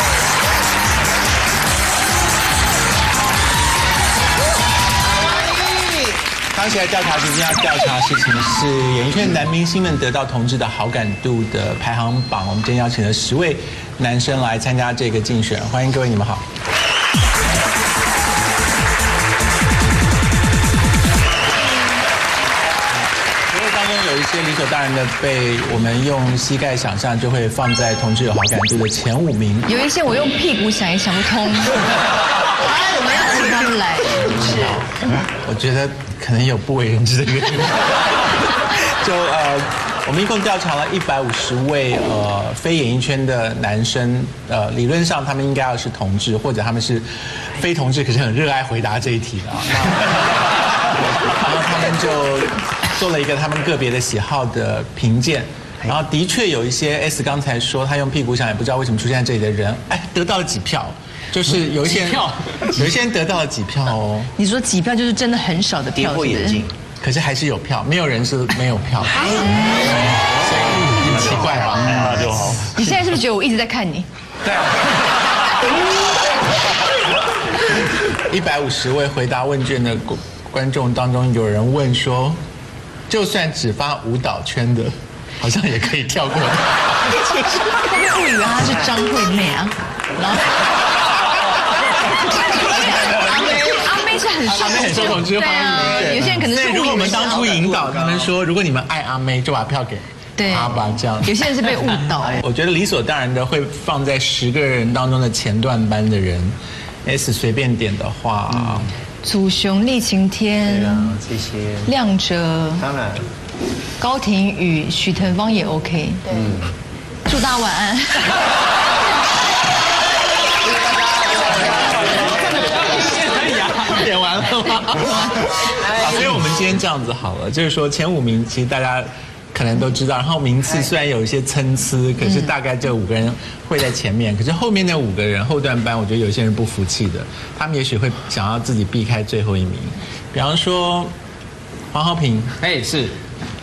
想起来调查，其实要调查事情是演艺圈男明星们得到同志的好感度的排行榜。我们今天邀请了十位男生来参加这个竞选，欢迎各位，你们好。嗯朋友当中有一些理所当然的被我们用膝盖想象就会放在同志有好感度的前五名，有一些我用屁股想也想不通，哎我们要请他们来，是我觉得可能有不为人知的原因。就呃，我们一共调查了一百五十位呃非演艺圈的男生，呃，理论上他们应该要是同志，或者他们是非同志，可是很热爱回答这一题的啊。那然后他们就做了一个他们个别的喜好的评鉴。然后的确有一些 S 刚才说他用屁股想也不知道为什么出现在这里的人，哎，得到了几票，就是有一些人票有一些人得到了几票哦。你说几票就是真 的很少的跌票，破眼镜。可是还是有票，没有人是没有票的，哎所以很奇怪啊。那就好。你现在是不是觉得我一直在看你？对啊，一百五十位回答问卷的观观众当中，有人问说，就算只发舞蹈圈的，好像也可以跳过的。会不会误以为她是张惠妹啊？然后。阿妹，阿妹是很受阿妹很受同志欢对啊，迎，有些人可能所是以如果我误以为们是当初引导他们说，如果你们爱阿妹，就把票给对她吧，这样。哎有些人是被误 导。我觉得理所当然的会放在十个人当中的前段班的人，S 随便点的话，啊祖雄、厉晴天、啊，这些亮哲、当然高庭宇、许腾芳也 OK。对，祝大家晚安。点完了吗？好，所以我们今天这样子好了，就是说前五名其实大家。可能都知道，然后名次虽然有一些参差，可是大概这五个人会在前面。可是后面那五个人后段班，我觉得有些人不服气的，他们也许会想要自己避开最后一名。比方说，黄浩平，哎，是，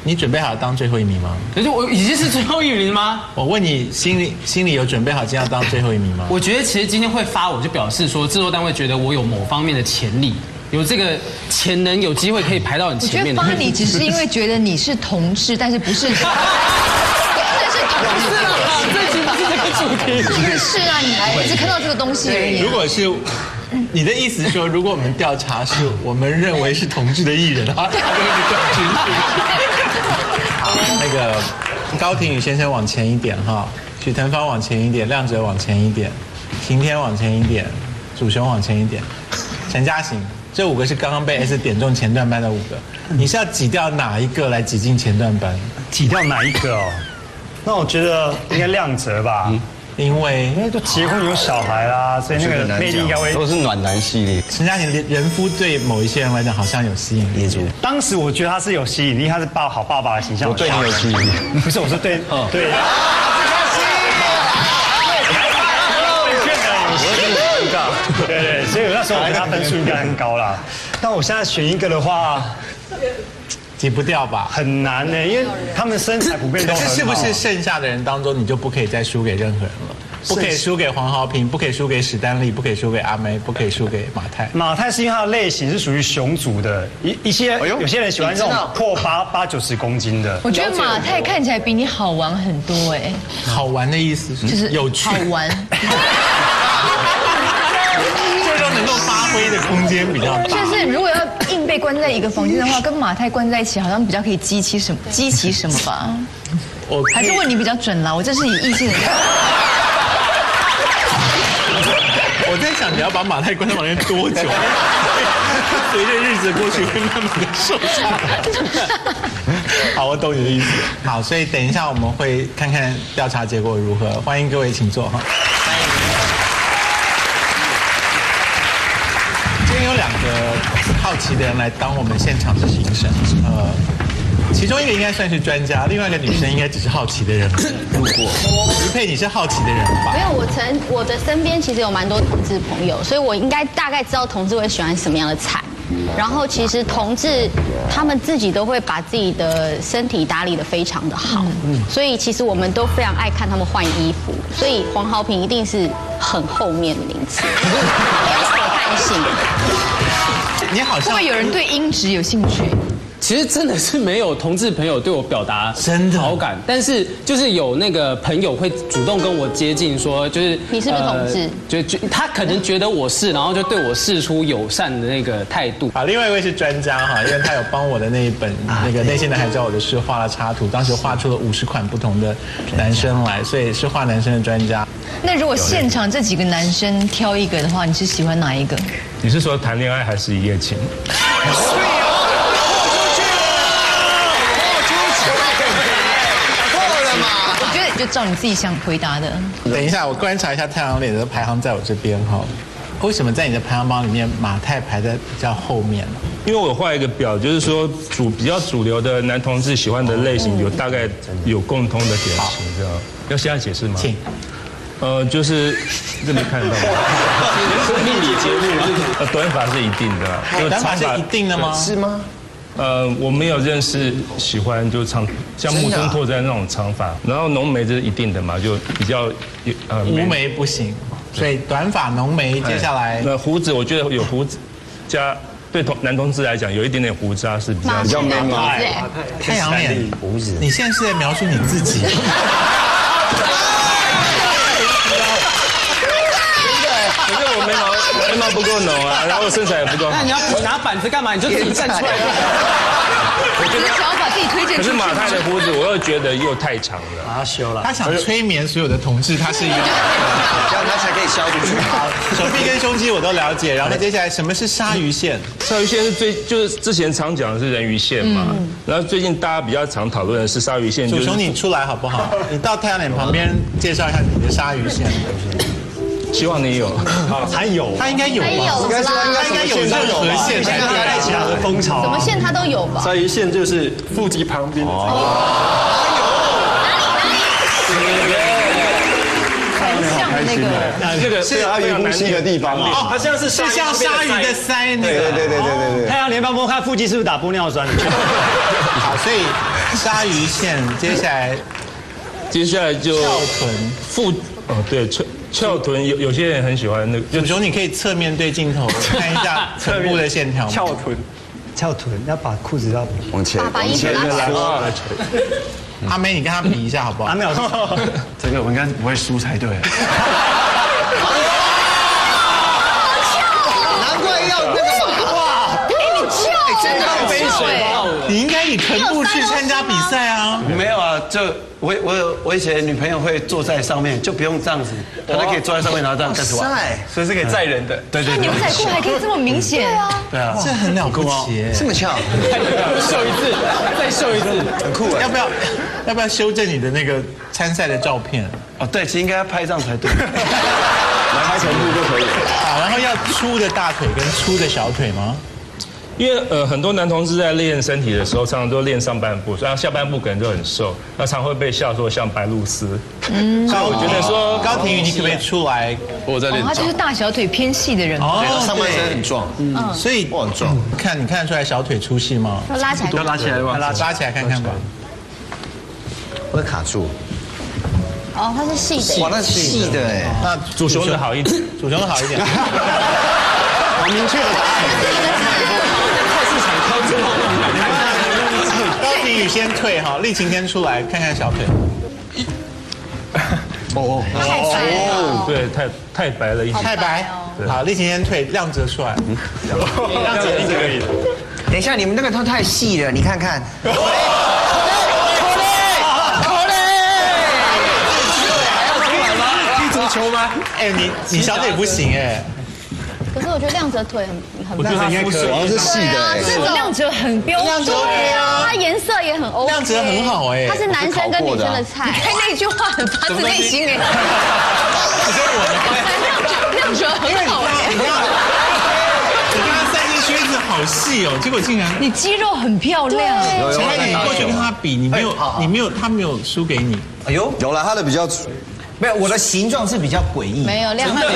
你准备好当最后一名吗？可是我已经是最后一名吗？我问你，心里心里有准备好今天要当最后一名吗？我觉得其实今天会发，我就表示说，制作单位觉得我有某方面的潜力，有这个潜能，有机会可以排到很我觉前得面的。发你只是因为觉得你是同志，但是不 是，但是同志这集不是这个主题。不是是啊，你只看到这个东西而已如啊。果是你的意思是说，如果我们调查是我们认为是同志的艺人 啊，他就是冠军。好，那个高庭宇先生往前一点哈，许腾芳往前一点，亮哲往前一点，晴天往前一点，主雄往前一点，陈嘉行。这五个是刚刚被 S 点中前段班的五个，你是要挤掉哪一个来挤进前段班？挤掉哪一个哦？那我觉得应该亮泽吧，嗯因为因为都结婚有小孩啦，所以那个魅力应该会。都是暖男系列，陈嘉行人夫对某一些人来讲好像有吸引力，当时我觉得他是有吸引力，他是爸好爸爸的形象。我对你有吸引力。嗯不是，我说对对。对对，所以那时候我觉得他分数应该很高啦。但我现在选一个 的话挤不掉吧？很难呢，因为他们身材普遍都可很是好。是不是剩下的人当中，你就不可以再输给任何人了？不可以输给黄豪平，不可以输给史丹利，不可以输给阿妹，不可以输给马太。马太是因为他的类型是属于雄族的，一一些呦有些人喜欢这种破八八九十公斤的。我觉得马太看起来比你好玩很多哎，好玩的意思是就是嗯有趣好，玩，就是说能够发挥的空间比较大就。是如果要硬被关在一个房间的话，跟马太关在一起好像比较可以激起什么，激起什么吧？哦我还是问你比较准啦，我这是以异性的。我在想，你要把马太关在房间多 久？随着日子过去，会慢慢的瘦下来。 好，我懂你的意思。好，所以等一下我们会看看调查结果如何。欢迎各位，请坐哈。今天有两个好奇的人来当我们现场的评审，呃，其中一个应该算是专家，另外一个女生应该只是好奇的人。如果于佩，你是好奇的人吧没？有，我曾我的身边其实有蛮多同志朋友，所以我应该大概知道同志会喜欢什么样的菜。然后其实同志他们自己都会把自己的身体打理得非常的好，嗯所以其实我们都非常爱看他们换衣服。所以黄豪平一定是很后面的名字，很有批判性。你好会不像会有人对音质有兴趣？ 其实真的是没有同志朋友对我表达真的好感，但是就是有那个朋友会主动跟我接近，说就是你是不是同志志？就就他可能觉得我是，然后就对我示出友善的那个态度。啊好，另外一位是 专家哈，因为他有帮我的那一本那个内心男孩教我的事画了插图，当时画出了五十款不同的男生来，所以是画男生的专家。那如果现场这几个男生挑一个的话，你是喜欢哪一个？你是说谈恋爱还是一夜情？我觉得你就照你自己想回答的。等一下，我观察一下太阳脸的排行在我这边哈。为什么在你的排行榜里面马太排在比较后面呢？因为我画一个表，就是说主比较主流的男同志喜欢的类型有大概有共通的典型，这样要现在解释吗？请。呃，就是这边看 得到吗？命理节目，呃，短发是一定的啦，就短发是长一定的吗？是吗？呃，我没有认识喜欢就长，像木啊村拓哉那种长发，然后浓眉这是一定的嘛，就比较有呃无眉不行，所以短发浓眉，接下来哎那胡子，我觉得有胡子加对同男同志来讲，有一点点胡渣是比较啊马较上没的毛胡子哎太阳脸，胡子你现在是在描述你自己。可是我眉毛眉毛不够浓啊，然后身材也不够好那。你要拿板子干嘛？你就自己站出来。你是想要把自己推荐出去可是吗马太的胡子，我又觉得又太长了。他修了他想催眠所有的同志，他是一个这样他才可以消出去。手臂跟胸肌我都了解。然后接下来什么是鲨鱼线？鲨鱼线是最就是之前常讲的是人鱼线嘛，嗯然后最近大家比较常讨论的是鲨鱼线，主就是雄你出来好不好？你到太阳脸旁边介绍一下你的鲨鱼线。希望你有。还有他应该有哎吧？有啦，他应该有任何线才对啊。其他的风潮什么啊，线他都有吧？鲨鱼线就是腹肌旁边的。哦很像的那个。这个是阿云呼吸的地方嘛？他像是是像鲨鱼的鳃那对个。对对对对对对。太阳联邦摸看腹肌是不是打玻尿酸？好，所以鲨鱼线，接下来接下来就翘臀。腹哦对翘翘臀，有有些人很喜欢那个，就主雄，你可以侧面对镜头看一下臀部的线条吗？翘臀，翘臀要把裤子要，往前，爸爸往衣服前拉起来啊阿妹，你跟他比一下好不好阿？妙这个我应该不会输才对。难怪要那个哎哎真的很翘哎！ 你应该以臀部去参加比赛啊！没有啊，就我我有我以前女朋友会坐在上面，就不用这样子，她就可以坐在上面，然后这样开始玩。塞，所以哦是可以载人的。对对那牛仔裤还可以这么明显，对啊，这很了不起耶，这么翘，秀一次，再秀一次。很酷要哎。不要要不要修正你的那个参赛的照片？哦对，其实应该要拍这样 才对。拍臀部就可以了。好，然后要粗的大腿跟粗的小腿吗？ 因为呃，很多男同志在练身体的时候，常常都练上半部，所以他下半部可能就很瘦，那常会被笑说像白露丝。嗯所以我觉得说哦高庭宇，你可不可以出来？我在练哦，他就壮是，大小腿偏细的人。哦上半身很壮，对嗯所以哇很壮。看你看得出来小腿粗细吗？嗯要拉起来要拉起来吗？拉拉起来看看吧。会卡住。哦，它是细的耶哇，。那细的哎，那主雄的好一点， 主雄的好 一点。 哦高庭宇先退哈，丽琴先出来看看小腿。太白了，对，太太白了一点。哦太白，哦好，丽琴先退，亮泽出来。这样子一定可以的。等一下，你们那个都太细了，你看看。哎，你你小腿不行哎，可是我觉得亮泽腿很很我觉得他应该可好像以。是细的哎。这种亮泽很标亮泽准。 OK 啊，它颜色也很 OK，亮泽很好哎它是男生跟女生的菜。看那句话很发自内心哎。只有我能看。亮泽因为很你好刚刚哎你，刚刚你刚刚塞进靴子好细哦，结果竟然。你肌肉很漂亮。有哎陈有汉，你过去跟他比，你没有，你没有，他没有输给你。哎呦，有了，他的比较粗没有，我的形状是比较诡异，没有亮泽，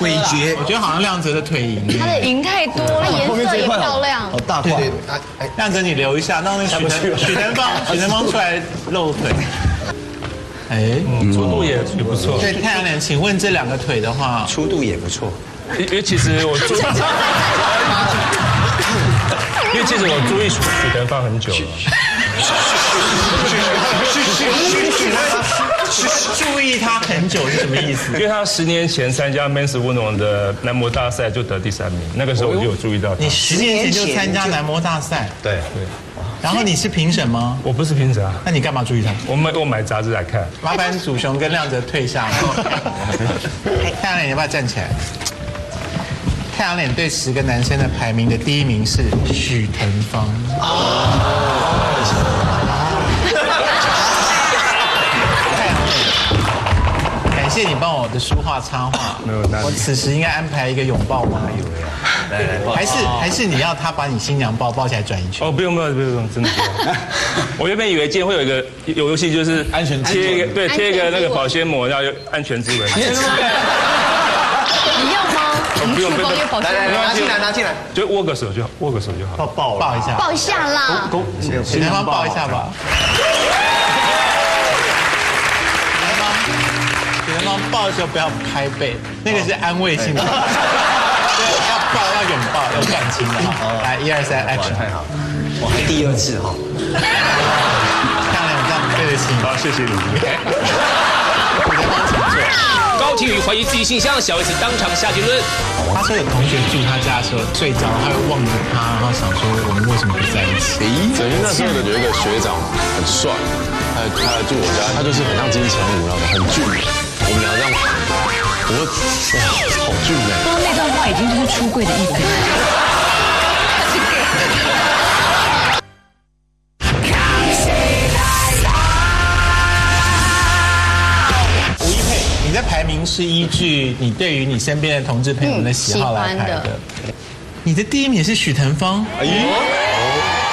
诡谲我。觉得好像亮泽的腿赢它的了。赢太多它了，颜色也漂亮。好大块，哎亮泽，你留一下，让那许南许南 方许南方出来露腿。哎，嗯粗度也也不错，对，太阳脸，请问这两个腿的话，粗度也不错。因为其实我做，因为其实我注意许许腾放很久了，注意 他很久是什么意思？因为他十年前参加 Men's w o n 的男模大赛就得第三名，那个时候我就有注意到他哦你。十年前就 参加男模大赛，对，然后你是评审吗？我不是平时啊，那你干嘛注意他？我买我买杂志来看。麻烦祖雄跟亮哲退下来。太阳脸，你要不要站起来？太阳脸对十个男生的排名的第一名是许腾芳。太阳脸感谢你帮我的书画插画，我此时应该安排一个拥抱吗？哎还是还是你要他把你新娘抱抱起来转一圈？哦，不用不用不用，不用真的不用。我原本以为今天会有一个有游戏，就是安全之吻贴一个对安全贴一个那之个吻保鲜膜，然后有安全之吻。你要吗？我们不用厨不用房有保鲜来膜，拿进来拿进来，就握个手就好，握个手就好。爆了，抱一下，抱一下啦。许腾芳抱一下吧。许腾芳抱的时候不要拍背，那个是安慰性的。哦对，要抱要拥抱，有感情的哈。来，一二三，action！太好了，哇，第二次哈，漂亮，这样对得起你。好，谢谢你。高庭宇怀疑自己性向，小 S 当场下结论。他说有同学住他家的时候睡着，他会望着他，然后想说我们为什么不在一起？因为那时候的有一个学长很帅，他他来住我家，他就是很像金城武那种，很俊。我们俩这样，我说哇，好俊哎！刚刚那段话已经就是出柜的意思。吴一佩，你的排名是依据你对于你身边的同志朋友们的喜好来排嗯喜欢的的。你的第一名是许腾芳，哎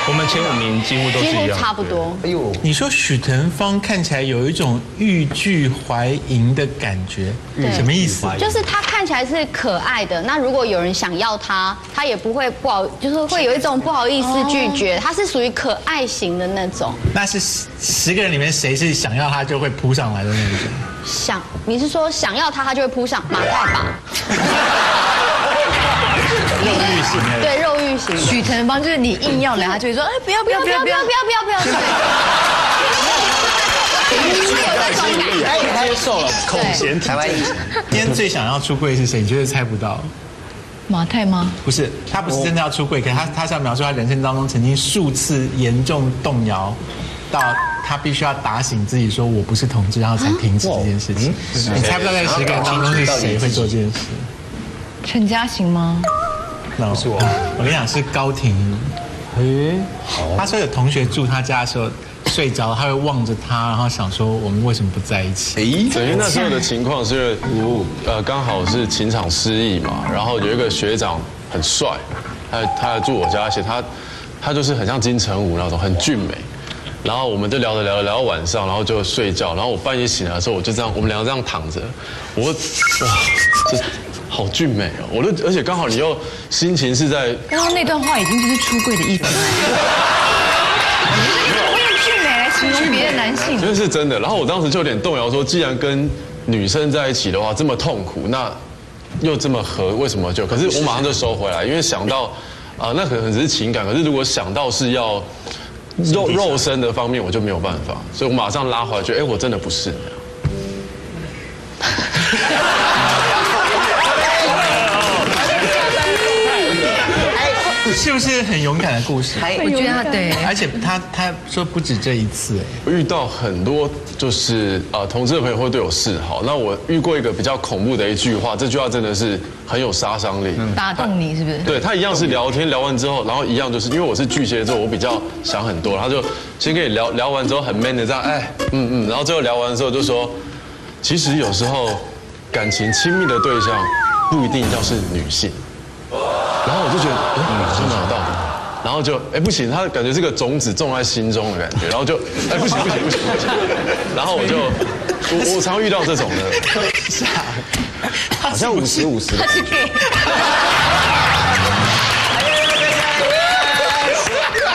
我们前五名几乎都是几一乎样，差不多。哎呦，你说许腾芳看起来有一种欲拒还迎的感觉，什么意思？就是他看起来是可爱的，那如果有人想要他，他也不会不好，就是会有一种不好意思拒绝，他是属于可爱型的那种。那是十十个人里面谁是想要他就会扑上来的那一个？想，你是说想要他，他就会扑上马太吧？肉欲型的。对，肉欲型。许腾芳就是你硬要来，他就会说，哎，不要不要不要不要不要。不要不要！ 对，会有那种感觉。接受了。对，台湾一今天最想要出柜是谁？你绝对猜不到。马太吗？不是，他不是真的要出柜，可是他他是要描述他人生当中曾经数次严重动摇，到他必须要打醒自己说我不是同志，然后才停止这件事情。你猜不到在十个人当中是谁会做这件事？陈嘉行吗？不是我，我跟你讲是高婷。诶，他说有同学住他家的时候睡着，他会望着他，然后想说我们为什么不在一起？哎，对，因为那时候 的情况是因为我呃刚好是情场失意嘛，然后有一个学长很帅，他他来住我家，而且他他就是很像金城武那种，很俊美。然后我们就聊着聊着聊到晚上，然后就睡觉。然后我半夜醒来的时候，我就这样，我们两个这样躺着，我哇，这好俊美哦！我就而且刚好你又心情是在刚刚那段话已经就是出柜的意思。你用俊美来形容别的男性，因为是真的。然后我当时就有点动摇，说既然跟女生在一起的话这么痛苦，那又这么合，为什么就？可是我马上就收回来，因为想到啊、那可能只是情感，可是如果想到是要肉肉身的方面，我就没有办法，所以我马上拉回来，觉得哎、我真的不是。哎是不是很勇敢的故事？哎我觉得他对。而且他他哎说不止这一次，哎我遇到很多就是呃同志的朋友会对我示好，那我遇过一个比较恐怖的一句话，这句话真的是很有杀伤嗯力。打动你是不是？对他一样是聊天，聊完之后，然后一样就是因为我是巨蟹座，我比较想很多，他就先跟你聊聊完之后很 man 的这样，哎，嗯嗯，然后最后聊完之后就说，其实有时候感情亲密的对象不一定要是女性，然后我就觉得，哎，真的有道理。然后就哎不行，他感觉这个种子种在心中的感觉，然后就哎不行不行不行，不行然后我就我我常遇到这种的，好像五十五十，他是 gay，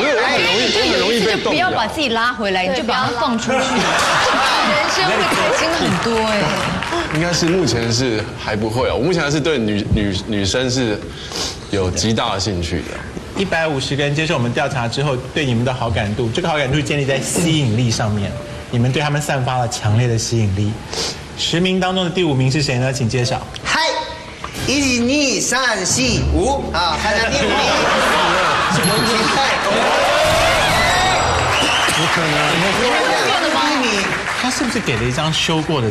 因为我很容易我很容易被不动要摇把。自己拉回来，你就把它放出去，人生会开心很多哎。应该是目前是哦还不会啊，我目前还是对女女女生是有极大的兴趣的。一百五十个人接受我们调查之后，对你们的好感度，这个好感度建立在吸引力上面，你们对他们散发了强烈的吸引力。十名当中的第五名是谁呢？请揭晓。嗨，一、二、三、四、五啊，看 看第五名。什么比不可能，你们做的吗？他是不是给了一张修过的？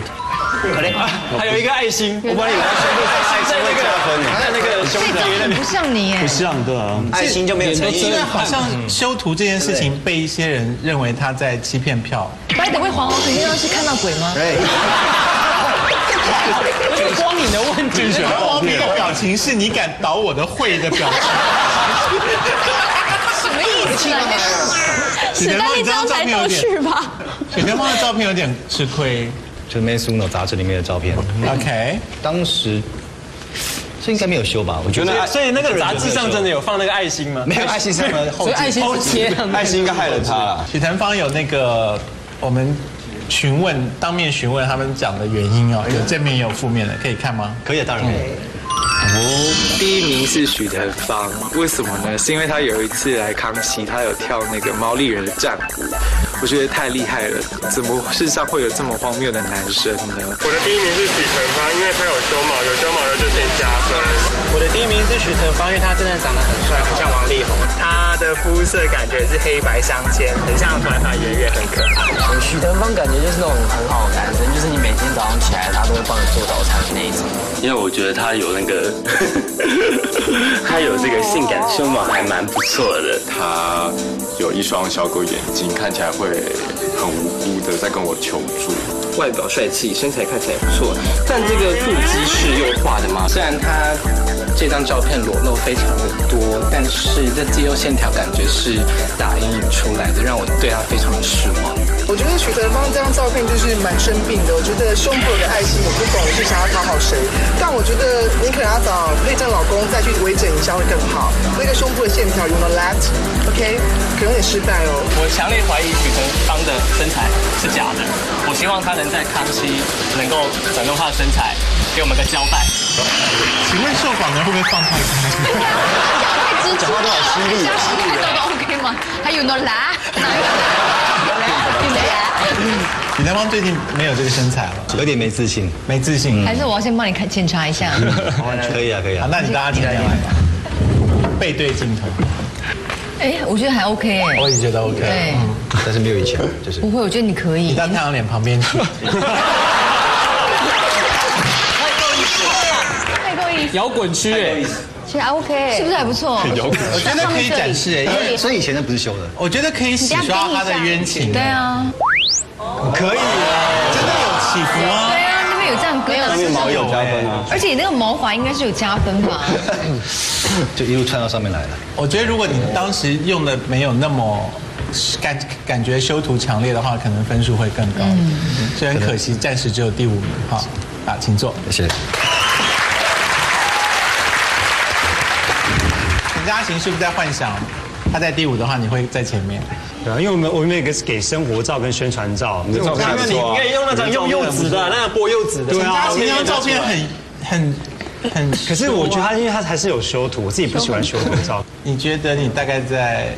可能还有一个爱心，我帮你拿修过爱心会加分的，还有那个胸这张很不像你耶。像的、啊爱心就没有诚意现在好像修图这件事情被一些人认为他在欺骗票。白等会黄宏肯定要是看到鬼吗？对。这是光影的问题。黄宏明的表情是你敢倒我的会的表情。什么意思啊？史丹利这张才逗趣吧？许天芳的照片有点吃亏。就《Men's Journal》杂志里面的照片。 OK，当时这应该没有修吧？我觉所以得，所以那个杂志上真的有放那个爱心吗？没有爱心是他 们后所以爱心是贴的爱心应该害了他啦。许腾芳有那个我们询问当面询问他们讲的原因哦，有正面也有负面的，可以看吗？哎可以，当然可以。第一名是许腾芳，为什么呢？是因为他有一次来康熙，他有跳那个毛利人的战鼓，我觉得太厉害了，怎么世上会有这么荒谬的男生呢？我的第一名是许腾芳，因为他有修毛，有修毛的就可以加分。我的第一名是许腾芳，因为他真的长得很帅，很像王力宏。他的肤色感觉是黑白相间，很像团团圆圆，很可爱。许腾芳感觉就是那种很好的男生，就是你每天早上起来，他都会帮你做早餐的那一种。因为我觉得他有那个， 他有这个性感胸毛还蛮不错的。他有一双小狗眼睛，看起来会很无辜的在跟我求助。外表帅气，身材看起来不错，但这个腹肌是优化的嘛？虽然他这张照片裸露非常的多，但是这肌肉线条感觉是打印出来的，让我对他非常的失望。我觉得许德芳这张照片就是蛮生病的。我觉得胸部有个爱心，我不懂是想要讨好谁，但我觉得你可能要找内政老公再去微整一下会更好。那个胸部的线条用了 lat，OK，、可能有点失败哦。我强烈怀疑许腾芳的身材是假的，我希望他能在康熙能够转动他的身材，给我们个交代。请问受访的人会不会放太开？ 太知足讲话都好犀利加十块都 OK 吗？还有诺拉，哪有诺拉？有没许腾芳最近没有这个身材了，有点没自信，嗯没自信。还是我要先帮你看检查一下。可以啊，可以好啊，。那你大家请进来吧，背对镜头，哎，我觉得还 OK 哎。哦我也觉得 OK。对，但是没有以前，就是不会，我觉得你可以你。到太阳脸旁边去。太够意思，摇滚区哎，其实还 OK，是不是还不错？哦我觉得可以展示哎，因为所以以前那不是修的，我觉得可以洗刷他的冤情。对，啊，可以啊，真的有起伏对啊。啊，那边有这样没上面毛有加分啊。而且你那个毛发应该是有加分吧？就一路穿到上面来了。我觉得如果你当时用的没有那么感感觉修图强烈的话，可能分数会更高。嗯虽然可惜暂时只有第五名哈。啊，请坐。谢谢。陈嘉行是不是在幻想，他在第五的话，你会在前面？对啊，因为我们我们有一个是给生活照跟宣传照，你的照片那不你错应啊该用那张用柚子啊的，那个剥柚子的。对啊陈嘉行那张照片很很很。可是我觉得他因为他还是有修图，我自己不喜欢修图照，你觉得你大概在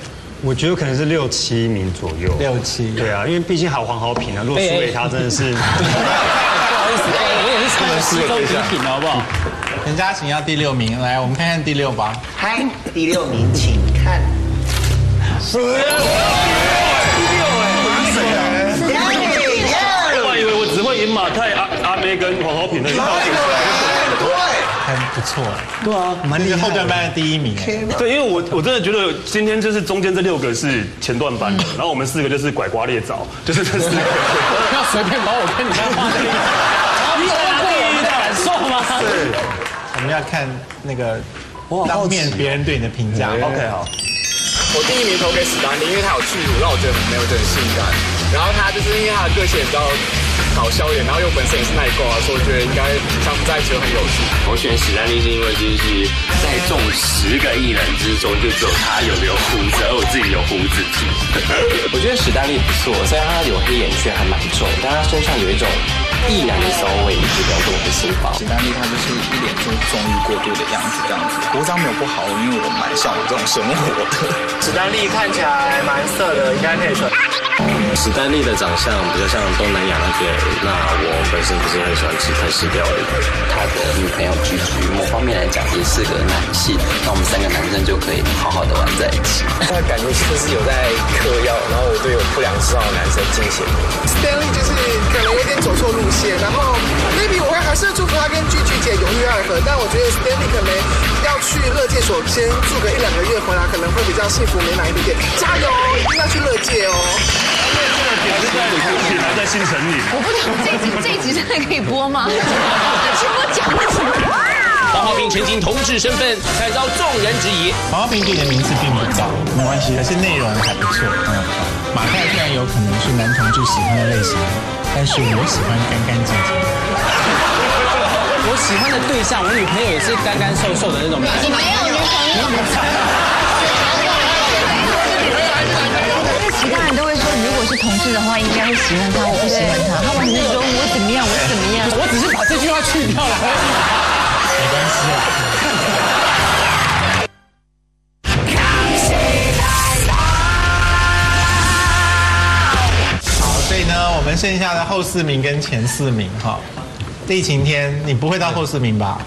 我觉得可能是六七名左右。六七？对啊，因为毕竟还有黄好品啊，如果输给他真的是，不好意思，哎我也是穿了西装笔啊挺的好不好？陈嘉行要第六名，来，我们看看第六吧。嗨，第六名，请看。第六哎，我以为我只会赢马太、阿阿妹跟黄豪平那一套。还不错，对啊，蛮厉害。后段班的第一名，哎对，因为我我真的觉得今天就是中间这六个是前段班的，然后我们四个就是拐瓜裂枣，就是这四个。不要随便把我跟你们画在一起，你有看过我们的感受吗？我们要看那个当面别人对你的评价。 OK，好。我第一名投给史丹利，因为他有去乳，让我觉得很没有很性感。然后他就是因为他的个性也比较搞笑一点，然后又本身也是耐挂啊，所以我觉得应该相处在一起会很有趣。我选史丹利是因为就是在众十个艺人之中，就只有他有留胡子，而我自己有胡子剃。我觉得史丹利不错，虽然他有黑眼圈还蛮重，但他身上有一种毅然的收尾，就表示我的书包。简单利他就是一脸就是纵欲过度的样子，这样子。国章没有不好，因为我蛮向往这种生活的。史丹利看起来蛮色的，应该可以存。史丹利的长相比较像东南亚那边，那我本身不是很喜欢吃泰式料理。他的女朋友居居，某方面来讲也是个男性，那我们三个男生就可以好好的玩在一起。那感觉就是有在嗑药，然后我对有不良嗜好的男生进行。 Stanley 就是可能有点走错路线，然后 maybe 我会还是祝福他跟句句姐永遇爱河，但我觉得 Stanley 可能要去乐界所先住个一两个月，回来可能会比较幸福美满一点点。加油，一定要去乐界哦！还在新城里。我不懂这一集这一集真的可以播吗？全部讲什么？黄浩平曾经同志身份，但遭众人质疑。黄浩平对你的名次并不高，没关系，可是内容还不错。嗯，马太虽然有可能是男同志喜欢的类型，但是我喜欢干干净净。我喜欢的对象，我女朋友也是干干瘦瘦的那种。你没有女朋友？其他人都会说，如果是同志的话，应该会喜欢他，我不喜欢他。他完全是说我怎么样，我怎么样。我只是把这句话去掉了。没关系啦。好，所以呢，我们剩下的后四名跟前四名哈。地晴天，你不会到后四名吧？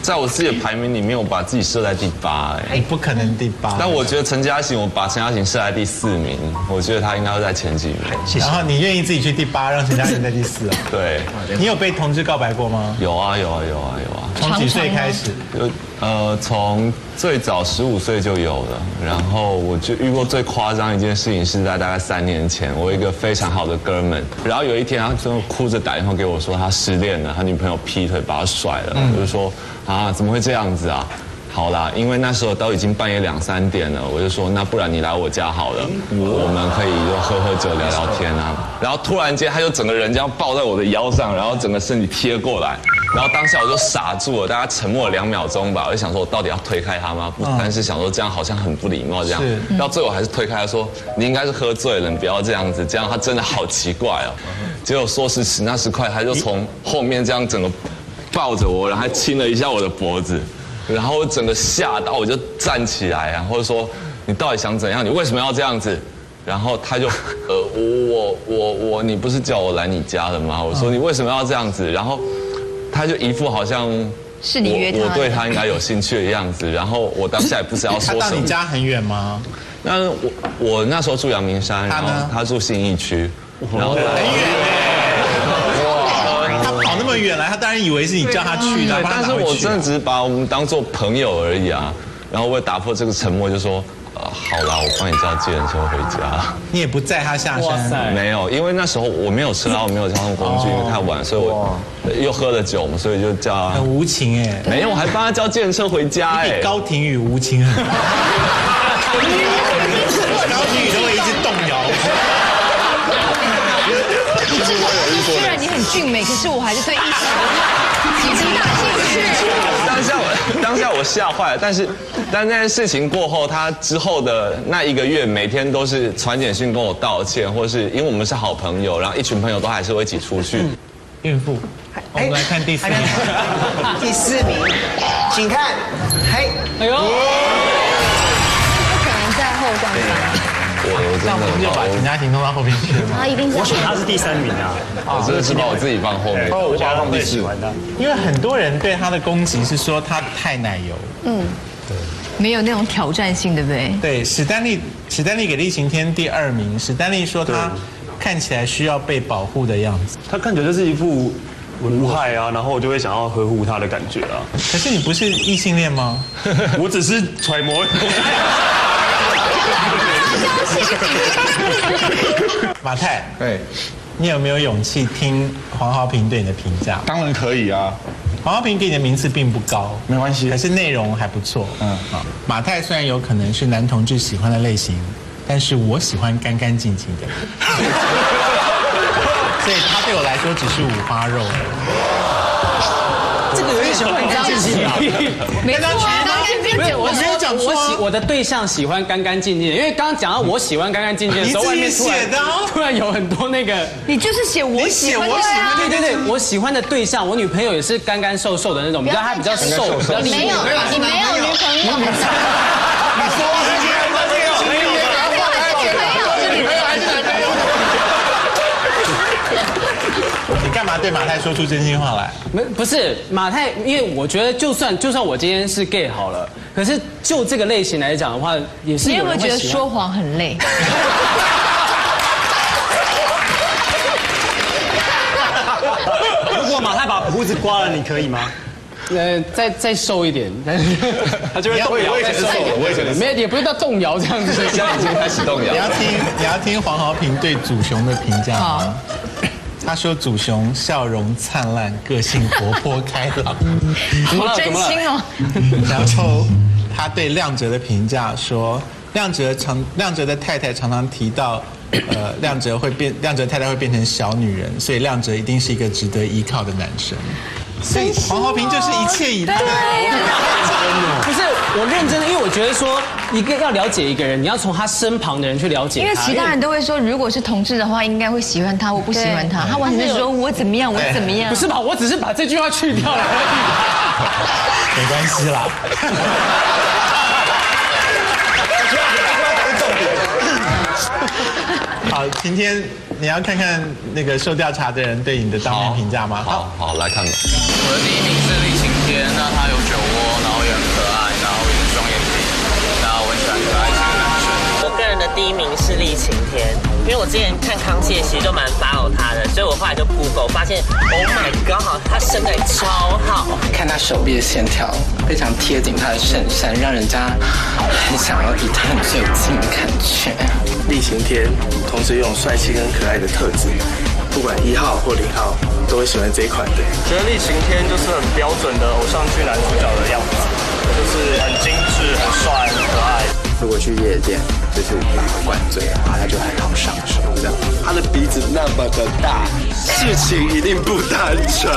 在我自己的排名里面，我把自己设在第八，哎你，不可能第八。但我觉得陈嘉行，我把陈嘉行设在第四名，我觉得他应该会在前几名。然后你愿意自己去第八，让陈嘉欣在第 四啊？对，你有被同志告白过吗？有啊有啊有啊有啊，从几岁开始？有呃，从最早十五岁就有了，然后我就遇过最夸张一件事情是在大概三年前，我一个非常好的哥们，然后有一天他真的哭着打电话给我说他失恋了，他女朋友劈腿把他甩了，嗯我就说啊怎么会这样子啊？好啦，因为那时候都已经半夜两三点了，我就说那不然你来我家好了，我们可以就喝喝酒聊聊天啊。然后突然间他就整个人这样抱在我的腰上，然后整个身体贴过来，然后当下我就傻住了，大家沉默了两秒钟吧，我就想说我到底要推开他吗？不，嗯但是想说这样好像很不礼貌这样是，嗯到最后我还是推开他说你应该是喝醉了，你不要这样子，这样他真的好奇怪哦。结果说时迟那时快，他就从后面这样整个抱着我，然后还亲了一下我的脖子，然后我整个吓到，我就站起来啊，或者说你到底想怎样？你为什么要这样子？然后他就，呃，我我我我，你不是叫我来你家的吗？我说你为什么要这样子？然后他就一副好像是你约他我我对他应该有兴趣的样子。然后我当下也不知道 他说到什你么。家很远吗？那我我那时候住阳明山，然后他住信义区，哦然后很远。他跑那么远来，他当然以为是你叫他去的，对不然但他是哪会我去啊真的只是把我们当做朋友而已啊。然后我也打破这个沉默，就说，呃，好啦，我帮你叫计程车回家。你也不载他下山。没有，因为那时候我没有车，然后我没有交通工哦具，因为太晚，所以我又喝了酒嘛，所以就叫。很无情哎。没有，我还帮他叫计程车回家哎。高庭宇无情很。高庭宇都会一直动摇。虽然你很俊美，可是我还是对异性极其大兴趣。当下我当下我吓坏了，但是但那件事情过后，他之后的那一个月，每天都是传简讯跟我道歉，或是因为我们是好朋友，然后一群朋友都还是会一起出去。孕妇，哎我们来看第四名。第四名，请看，嘿，哎呦，不可能在后段班。我我真那我们就把陈嘉行弄到后面去了吗？他一定是我选他是第三名啊，我真的是把我自己放后面，哦对我把他放第喜四。欢他。因为很多人对他的攻击是说他太奶油。嗯，没有那种挑战性，对不对？对，史丹利，史丹利给厉晴天第二名。史丹利说他看起来需要被保护的样子，他看起来就是一副无害啊，然后我就会想要呵护他的感觉啊。可是你不是异性恋吗？ 我只是揣摩。马太，对，你有没有勇气听黄豪平对你的评价？当然可以啊。黄豪平给你的名次并不高，没关系，可是内容还不错。嗯，好。马太虽然有可能是男同志喜欢的类型，但是我喜欢干干净净的，所以他对我来说只是五花肉。嗯这个有一种很干净 没错啊干干净净有讲我我没有讲我错啊喜我的对象喜欢干干净净的，因为刚刚讲到我喜欢干干净净的时候，你外自己面突然写的啊 突然有很多那个。你就是写我喜欢的啊，对对对，我喜欢的对象，我女朋友也是干干瘦瘦的那种，比较她比较瘦，比较厉害。没有，啊你没有女朋友。你说我是女朋友，你女朋友还是女朋友？是女朋友还是男朋友？你干嘛对马太说出真心话来？没不是马太，因为我觉得就算就算我今天是 gay 好了，可是就这个类型来讲的话，也是你有有没有人觉会得喜欢说谎很累？如果马太把胡子刮了，你可以吗？呃，再再瘦 一点，他就会动摇没有也不用到动摇这样子，你要听，你要听黄豪平对祖雄的评价吗？他说：“祖雄笑容灿烂，个性活泼开朗。怎么了好真心哦。然后他对亮哲的评价说：“亮哲常，亮哲的太太常常提到，呃，亮哲会变，亮哲太太会变成小女人，所以亮哲一定是一个值得依靠的男生。”所以黄豪平就是一切以待。不是我认真的，因为我觉得说一个要了解一个人，你要从他身旁的人去了解因他，为其他人都会说，如果是同志的话，应该会喜欢他，我不喜欢他。对他完全是说我怎么样，我怎么样。不是吧？我只是把这句话去掉了。没关系啦。好，今天你要看看那个受调查的人对你的当面评价吗？好，好，来看看。我的第一名是李晴天，那他有酒窝，然后也很可爱，然后也是双眼皮，然后我很喜欢可爱型的男生。我个人的第一名是厉晴天，因为我之前看康熙的其实就蛮 follow 他的，所以我后来就 Google 发现，Oh my god，他身材超好， 看他手臂的线条非常贴紧他的衬衫，让人家很想要离他很最近的感觉。厉行天，同时拥有帅气跟可爱的特质，不管一号或零号，都会喜欢这一款的。觉得厉晴天就是很标准的偶像剧男主角的样子，就是很精致、很帅、很可爱。如果去夜店，就是把他灌醉的话，他就很好上手这样。他的鼻子那么的大，事情一定不单纯。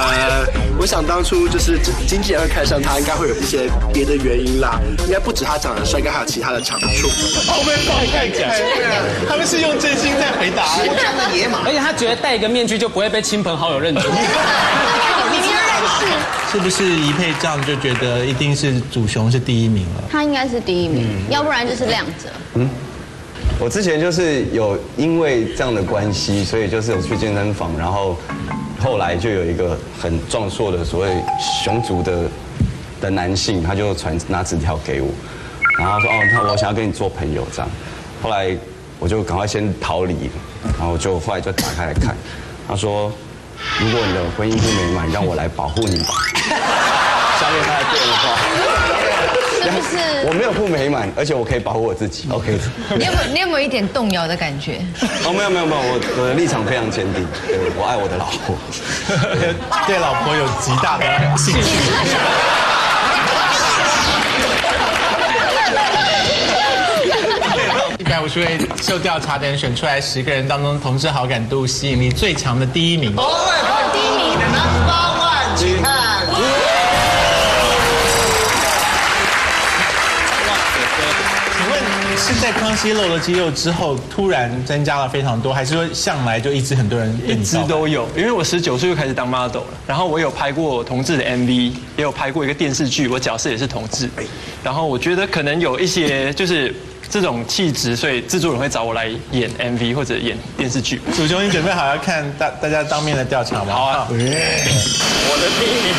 我想当初就是经纪人会看上他，应该会有一些别的原因啦，应该不止他长得帅，应该还有其他的长处。后面爆太假他们是用真心在回答。我讲的野马而且他觉得戴一个面具就不会被亲朋好友认出。是不是一配这样就觉得一定是祖雄是第一名了？他应该是第一名，要不然就是亮哲。我之前就是有因为这样的关系，所以就是有去健身房，然后后来就有一个很壮硕的所谓熊族的的男性，他就传拿纸条给我，然后他说哦，他我想要跟你做朋友这样。后来我就赶快先逃离，然后就后来就打开来看，他说如果你的婚姻不美满，让我来保护你吧。下面他的电话，是不是我没有不美满，而且我可以保护我自 己。OK。嗯你有没有你有没有一点动摇的感觉？哦，没有没有没有，我我的立场非常坚定，对我爱我的老婆， 对老婆有极大的 兴趣。一百五十位受调查的人选出来十个人当中，同志好感度吸引力最强的第一名。第一名，Number One，去看。请问是在康熙露了肌肉之后突然增加了非常多，还是说向来就一直很多人对一你直告白都有，因为我十九岁就开始当 model 了，然后我有拍过同志的 MV，也有拍过一个电视剧，我角色也是同志，然后我觉得可能有一些就是这种气质，所以制作人会找我来演 MV 或者演电视剧。祖雄，你准备好要看大大家当面的调查吗？好啊。我的第一名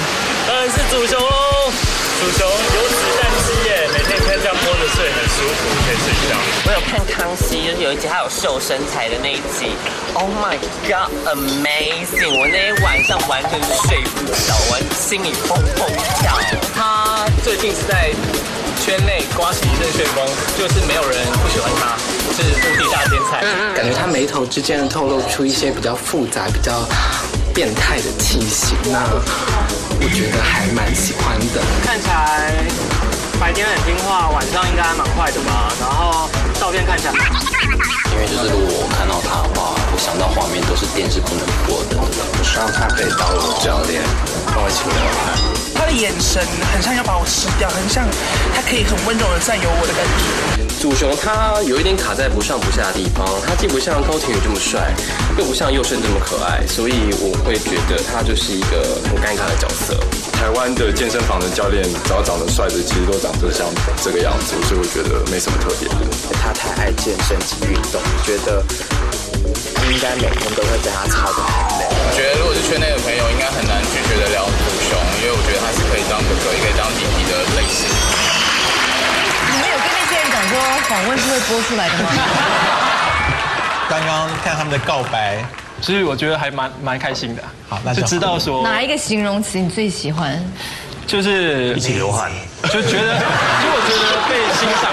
当然是祖雄喽，祖雄有子弹肌耶，每天看这样摸着睡很舒服，可以睡觉。我有看康熙，就是有一集他有秀身材的那一集，Oh my god，amazing！我那天晚上完全是睡不着，我心里砰砰跳。 他最近是在圈内刮起一阵旋风，就是没有人不喜欢他，是腹地大天嗯才。感觉他眉头之间透露出一些比较复杂、比较嗯变态的气息，那我觉得还蛮喜欢的。看起来白天很听话，晚上应该还蛮坏的吧？然后照片看起来，因为就是如果我看到他的话，我想到画面都是电视不能播的，希望他可以当我的教练，跟我一起聊拍。他的眼神很像要把我吃掉，很像他可以很温柔的占有我的感觉。祖雄他有一点卡在不上不下的地方，他既不像高廷宇这么帅，又不像佑胜这么可爱，所以我会觉得他就是一个很尴尬的角色。台湾的健身房的教练，只要长得帅的，其实都长得像这个样子，所以我觉得没什么特别的。他太爱健身及运动，觉得应该每天都会被他操得很累。我觉得如果是圈内的朋友，应该很难拒绝得了祖雄，因为我觉得他是可以当哥哥，也可以当弟弟的类型。你们有跟那些人讲说访问是会播出来的吗？刚刚看他们的告白，其实我觉得还蛮蛮开心的啊。好，那就知道说哪一个形容词你最喜欢？就是一起流汗，就觉得，就我觉得被欣赏，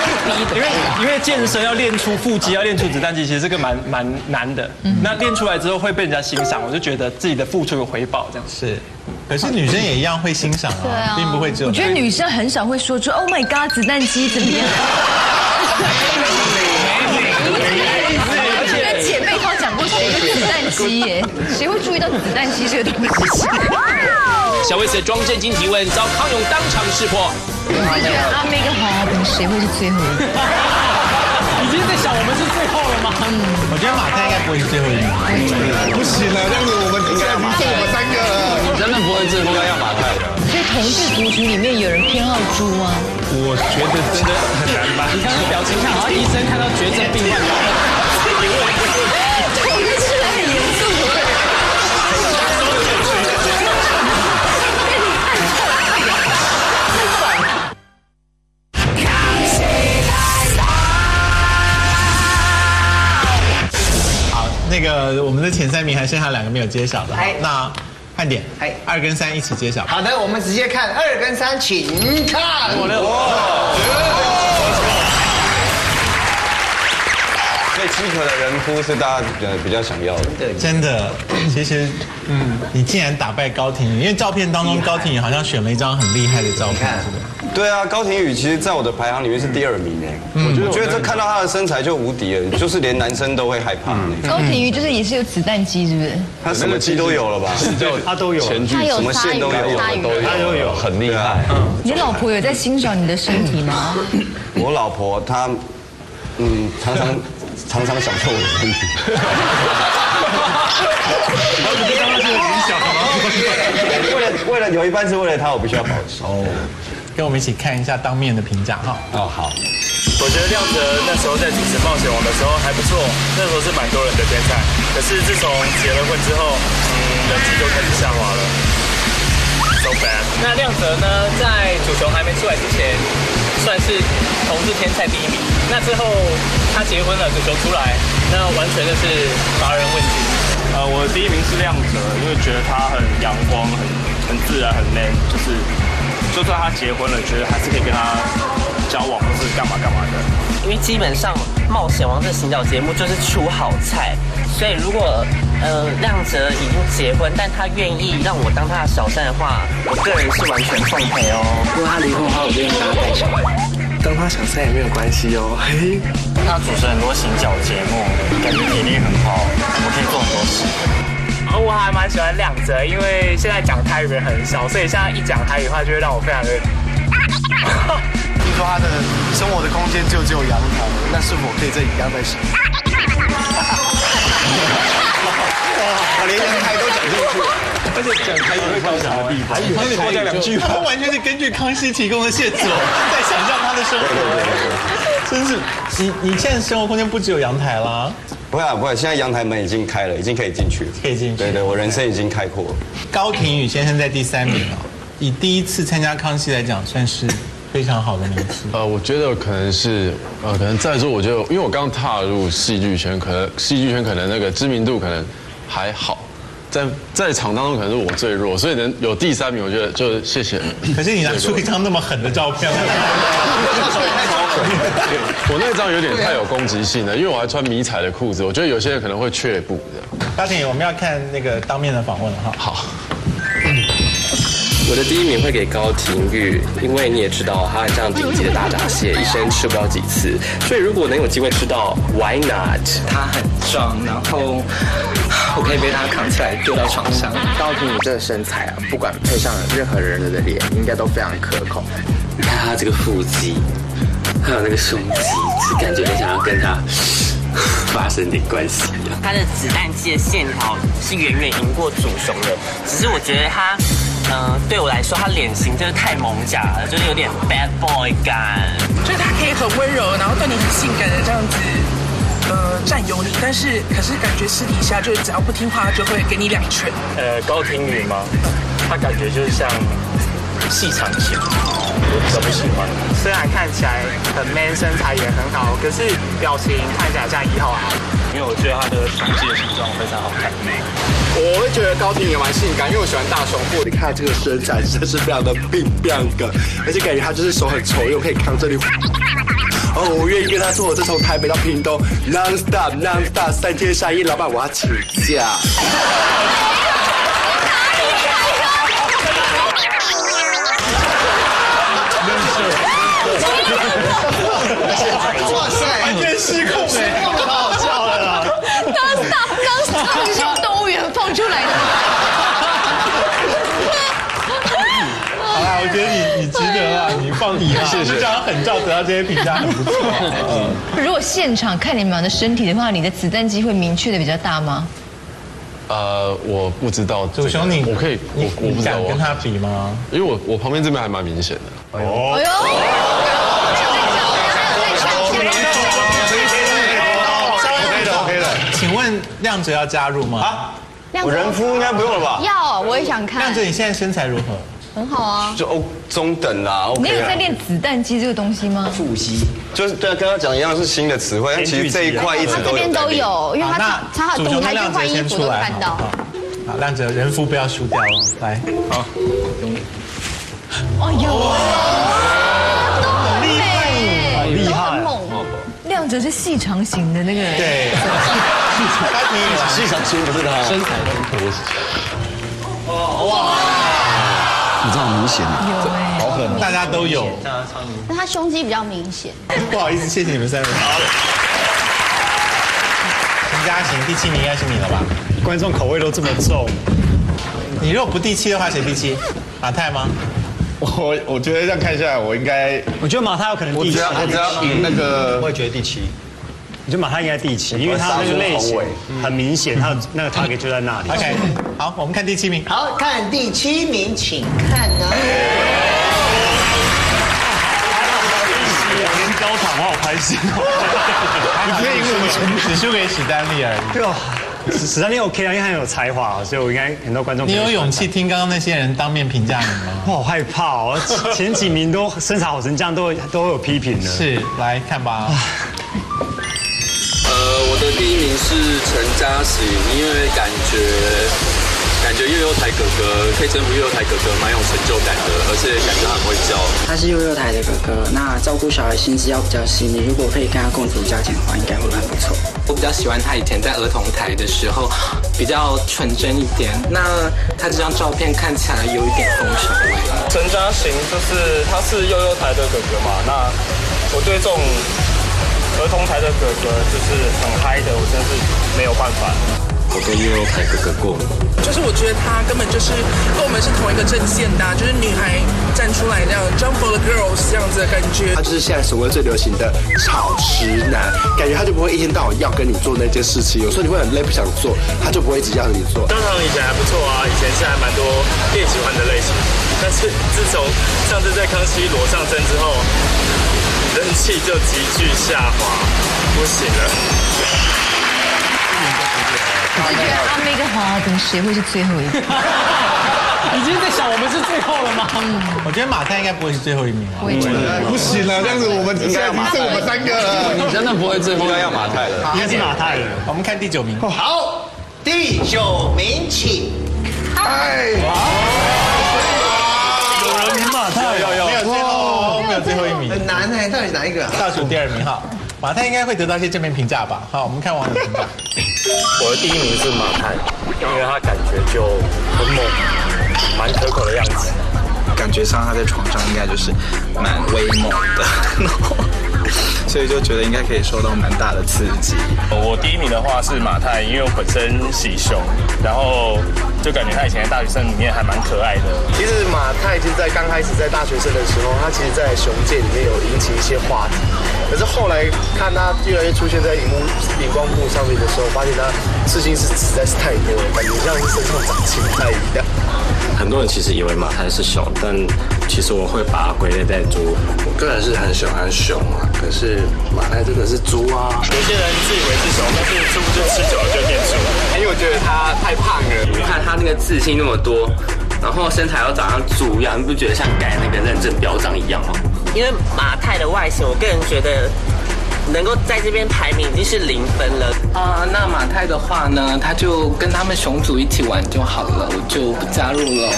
因为因为健身要练出腹肌，要练出子弹肌，其实这个蛮蛮难的。那练出来之后会被人家欣赏，我就觉得自己的付出有回报，这样是。可是女生也一样会欣赏对啊，啊并不会只有我觉得女生很少会说出 “Oh my God”，子弹机怎么样？而跟姐妹淘讲过谁有子弹机耶？谁会注意到子弹机这个东西？小 S 装正经提问，遭康永当场识破。我觉得阿妹跟黄豪平谁会是最后一个？已经在想我们是最后了吗？我觉得马太应该不会是最后一名。不行了，这样子我们应该要剩我们三个了。真的不会最后要把他。所以同志族群里面有人偏好猪啊吗？我觉得真的很难吧。你看他表情像好像医生看到绝症病患。我们是很严肃好，那个我们的前三名还剩下两个没有揭晓的，好哎那看点，二跟三一起揭晓。好的，我们直接看二跟三，请看。我所以饥渴的人夫是大家呃比较想要的。对真的，其实，嗯，你竟然打败高婷宇，因为照片当中高婷宇好像选了一张很厉害的照片，是不是？对啊，高廷宇其实在我的排行里面是第二名哎，嗯我觉得我觉得这看到他的身材就无敌了，就是连男生都会害怕。嗯高廷宇就是也是有子弹机，是不是？他什么肌都有了吧？他都有前他有什么线都有，啊鲨鱼都有他都有，很厉害。你老婆有在欣赏你的身体吗？我老婆她，嗯，常常常常享受我的身体。不是刚刚是很小为了为了有一半是为了她，我必须要保持。哦，跟我们一起看一下当面的评价哈。哦，好。我觉得亮哲那时候在主持《冒险王》的时候还不错，那时候是蛮多人的天才。可是自从结了婚之后，嗯，人气就开始下滑了。So bad。那亮泽呢，在主雄还没出来之前，算是同志天菜第一名。那之后他结婚了，主雄出来，那完全就是乏人问津。呃，我第一名是亮哲，因为觉得他很阳光，很很自然，很 man，就是就算他结婚了，觉得还是可以跟他交往，或是干嘛干嘛的。因为基本上《冒险王》这行脚节目就是出好菜，所以如果呃亮哲已经结婚，但他愿意让我当他的小三的话，我个人是完全奉陪哦。如果他离婚的话，我就愿意当他带小孩。当他小三也没有关系哦，嘿。那主持很多行脚节目，感觉体力很好，我可以做很多事。而哦我还蛮喜欢亮泽，因为现在讲台语的人很少，所以现在一讲台语的话，就会让我非啊常的 听说他的生活的空间就只有阳台，那是否可以在阳台洗？我连阳台都讲进去，而且讲台语到什么地方？他多讲两 句他完全是根据康熙提供的线索，在想象他的生活。 真是，你你现在生活空间不只有阳台啦，不会啊，不会，现在阳台门已经开了，已经可以进去了，可以进去。对对，我人生已经开阔了。高廷宇先生在第三名啊，以第一次参加康熙来讲，算是非常好的名次。呃，我觉得可能是，呃，可能在座，我觉得，因为我刚踏入戏剧圈，可能戏剧圈可能那个知名度可能还好，在在场当中可能是我最弱，所以能有第三名，我觉得就谢谢。可是你拿出一张那么狠的照片 我那张有点啊太有攻击性了，因为我还穿迷彩的裤子，我觉得有些人可能会却步的。高廷宇，我们要看那个当面的访问了哈。好。我的第一名会给高廷玉，因为你也知道他这样顶级的大闸蟹，一生吃不了几次，所以如果能有机会吃到，Why not？他很壮，然后我可以被他扛起来丢到床上。高平，你这个身材啊，不管配上任何人的脸，应该都非常可口。你看他这个腹肌，还有那个胸肌，就感觉很想要跟他发生点关系一样。它的子弹肌的线条是远远赢过主雄的，只是我觉得它，呃，对我来说，它脸型真的太萌甲了，就是有点 bad boy 感。就是他可以很温柔，然后对你很性感的这样子，呃，占有你，但是可是感觉私底下就是只要不听话，就会给你两拳。呃，高庭宇吗？他感觉就是像细长型，我比较不喜欢。虽然看起来很 man，身材也很好，可是表情看起来像一号啊。因为我觉得他的胸肌的形状非常好看。我会觉得高庭也蛮性感，因为我喜欢大胸部。你看他这个身材真是非常的病变梗，而且感觉他就是手很丑，又可以扛这里。哦，我愿意跟他说，我这从台北到屏东，non stop non stop 三天三夜，老板我要请假。哇塞，完全失控哎，太好笑了啦！刚上刚上就是用动物园放出来的。好啦，我觉得你你值得啊，你放你啊，谢谢就这样很照得到这些评价很不错。嗯如果现场看你们俩的身体的话，你的子弹机会明确的比较大吗？呃，我不知道这个。祖雄你我可以，我你我不你知道敢我跟他比吗？因为我我旁边这边还蛮明显的。哎哦，请问亮哲要加入吗？啊，亮哲我人夫应该不用了吧？要，我也想看亮。哲，你现在身材如何？很好啊。就哦中等啦，OK 啊啦。啊你有在练子弹机这个东西吗？腹肌，就是对啊，跟他讲一样是新的词汇，但其实这一块一直他这都有在边练。都有，因为他他祖舞雄台剧跟亮哲换衣先服出都来，看好不到。好？好，亮哲人夫不要输掉哦，来，好，哦，有，都很厉害美，厉害都很猛。亮哲是细长型的那个人，对市场先不是他身材多，你知道很明显啊，有哎好狠大家都有。那他胸肌比较明显。不好意思，谢谢你们三位。陈嘉行，第七名应该是你了吧？观众口味都这么重，你如果不第七的话，谁第七？马太吗？我我觉得这样看下来，我应该，我觉得马太有可能我第只七，要我只要赢那个，我也觉得第七。我觉得马太应该第七，因为他那个类型很明显，他的那 个 target 就在那里。 OK，好，我们看第七名。好看第七名，请看呢。连高塔我好开心哦！你可以赢我们只输给史丹利而已。对啊，史史丹利 OK 啊，因为他很有才华，所以我应该很多观众。你有勇气？听刚刚那些人当面评价你吗？我好害怕 哦，前几名都身材好成这样，都都有批评的。是，来看吧。呃，我的第一名是陈嘉行，因为感觉感觉幼幼台哥哥可以征服幼幼台哥哥，蛮有成就感的，而且感觉他很会教。他是幼幼台的哥哥，那照顾小孩心思要比较细腻。如果可以跟他共组家庭的话，应该会蛮不错。我比较喜欢他以前在儿童台的时候比较纯真一点。那他这张照片看起来有一点风尘味。陈嘉行就是他是幼幼台的哥哥嘛，那我对这种儿童台的哥哥就是很嗨的，我真是没有办法。我跟悠悠台哥哥过敏。就是我觉得他根本就是跟我们是同一个阵线的啊、就是女孩站出来那样 jump for the girls 这样子的感觉。他就是现在所谓最流行的草食男，感觉他就不会一天到晚要跟你做那件事情，有时候你会很累不想做，他就不会一直要你做。张航以前还不错啊，以前是还蛮多练喜欢的类型，但是自从上次在康熙裸上身之后，人气就急剧下滑，不行了。我是觉得阿妹跟黄华等协会是最后一个。已经在想我们是最后了吗？我觉得马太应该不会是最后一名啊了。我也觉得对不行啊了，这样子我们应该现在要马只剩赛我们三个了。你真的不会最后应该要马太了应该是马太了。我们看第九哦名。好，第九名，请哎看。有人名马太有有没有最后没有最后一名，很难哎，到底哪一个啊？倒数第二名哈，马太应该会得到一些正面评价吧？好，我们看网友评价。我的第一名是马太，因为他感觉就很猛，蛮可口的样子。觉上他在床上应该就是蛮威猛的，然后 所以就觉得应该可以受到蛮大的刺激。我第一名的话是马太，因为我本身喜熊，然后就感觉他以前在大学生里面还蛮可爱的。其实马泰其实，在刚开始在大学生的时候，他其实，在熊界里面有引起一些话题。可是后来看他越来越出现在荧幕、荧光幕上面的时候，发现他事情是实在是太多了，感觉像是身上长青菜一样。很多人其实以为马太是熊，但其实我会把它归类在猪。我个人是很喜欢熊啊，可是马太真的是猪啊。有些人自以为是熊，但是猪就吃久了就变猪。因为我觉得他太胖了，你看他那个自信那么多，然后身材又长像猪一样，你不觉得像改那个认证表彰一样吗？因为马泰的外形，我个人觉得能够在这边排名已经是零分了。啊、那马太的话呢，他就跟他们熊组一起玩就好了，我就不加入了。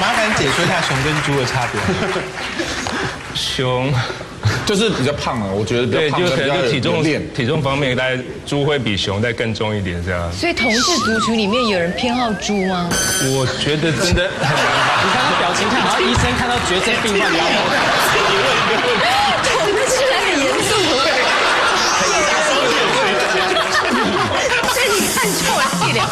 麻烦解说一下熊跟猪的差别。熊，就是比较胖啊，我觉得比对，较就胖，可能就体重练。体重方面，大概猪会比熊再更重一点这样。所以同志族群里面有人偏好猪吗？我觉得真的很难吧。你看他表情，看好像医生看到绝症病患一样。同志很严肃。所以你看出来这两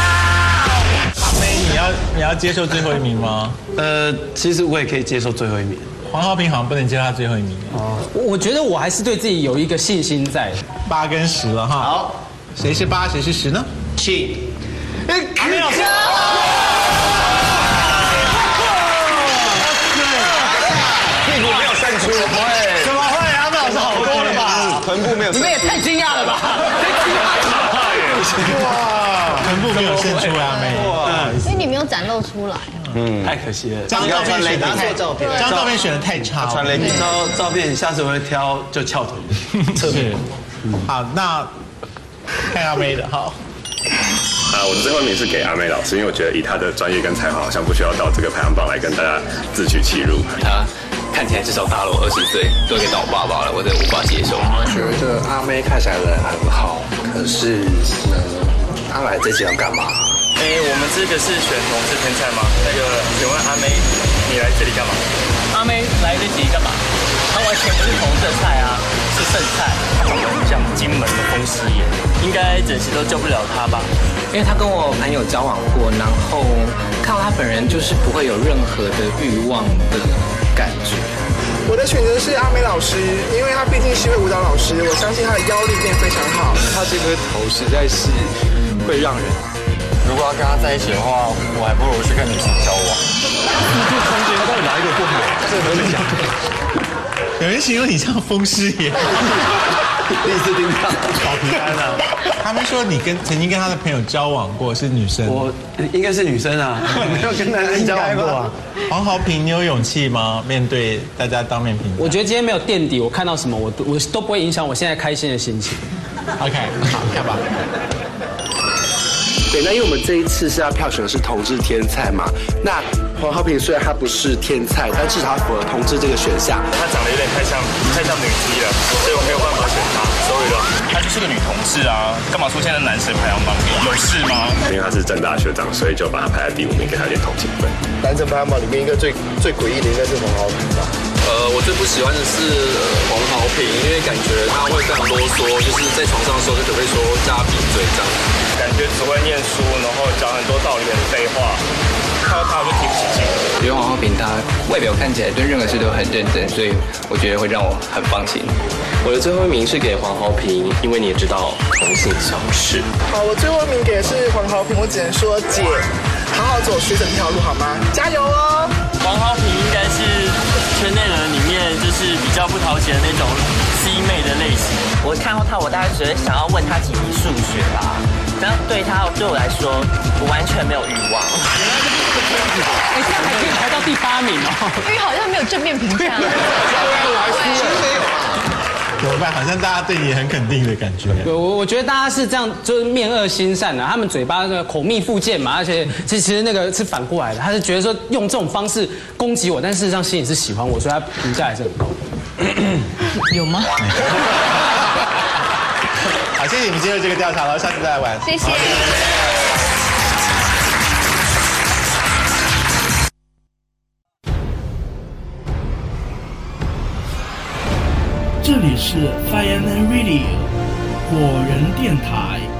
阿妹，你要你要接受最后一名吗？呃，其实我也可以接受最后一名。黄浩平好像不能接受他最后一名。哦，我觉得我还是对自己有一个信心在。八跟十了哈。好，谁是八，谁是十呢？信。阿妹老师。屁股没有散出，会？怎么会？阿妹老师好多了吧？臀部没有你们也太惊讶了吧！ 哇，臀部没有伸出啊，妹。所以你没有展露出来。嗯，太可惜了。这张照片选的太，这张照片选的太差了。传雷照照片，下次我会挑就翘臀 的，侧面。好，那看阿妹的好。啊，我的最后一名是给阿妹老师，因为我觉得以她的专业跟才华，好像不需要到这个排行榜来跟大家自取其辱。他看起来至少大了我二十岁，都可以当我爸爸了，我真的无法接受。我觉得阿妹看起来人很好，可是嗯呢，她来这集要干嘛？哎，我们这个是选同志天菜吗？那个，请问阿妹，你来这里干嘛？阿妹来这集干嘛？她完全不是同色菜啊，是剩菜。她长得很像金门的风师啊爷，应该整时都救不了她吧？因为他跟我朋友交往过，然后看到他本人就是不会有任何的欲望的感觉。我的选择是阿美老师，因为她毕竟是位舞蹈老师，我相信她的腰力变非常好。她这颗头实在是会让人，如果要跟她在一起的话，我还不如去跟女生交往。这中间到底哪一个不好？这合理讲。有人形容你像风师 爷，第一次听到，好平安啊！他们说你跟曾经跟他的朋友交往过，是女生，我应该是女生 啊，没有跟男生交往过啊。黄豪平，你有勇气吗？面对大家当面评我觉得今天没有垫底，我看到什么我都我都不会影响我现在开心的心情。 OK，好，看吧。对，那因为我们这一次是要票选的是同志天菜嘛，那黄浩平虽然他不是天菜，但至少他符合同志这个选项。她长得有点太像太像女 T 了，所以我没有办法选她，sorry 了。她就是个女同志啊，干嘛出现在男神排行榜里？有事吗？因为她是正大学长，所以就把她排在第五名，给她一点同情分。男神排行榜里面一个最最诡异的应该是黄豪平吧？呃，我最不喜欢的是呃黄豪平，因为感觉他会非常啰嗦，就是在床上的时候就只会说叫他闭嘴这样。感觉只会念书，然后讲很多道理很废话，看到她我就提不起劲。因为黄浩平他外表看起来对任何事都很认真，所以我觉得会让我很放心。我的最后一名是给黄豪平，因为你也知道同性相斥。好，我最后一名给的是黄豪平，我只能说姐，好好走学生这条路好吗？加油哦！黄豪平应该是圈内人里面就是比较不讨喜的那种 C 妹的类型。我看到她，我大概只会想要问她几题数学吧。然后对她啊对我来说，我完全没有欲望。哎，这样还可以排到第八名哦。因为好像没有正面评价。怎么办？好像大家对你很肯定的感觉。对我，我觉得大家是这样，就是面恶心善的、啊，他们嘴巴那个口蜜腹剑嘛，而且其实其实那个是反过来的，他是觉得说用这种方式攻击我，但事实上心里是喜欢我，所以他评价还是很高。有吗？好，谢谢你们接受这个调查，然后下次再来玩。谢谢。这里是 Fire and Radio 果仁电台。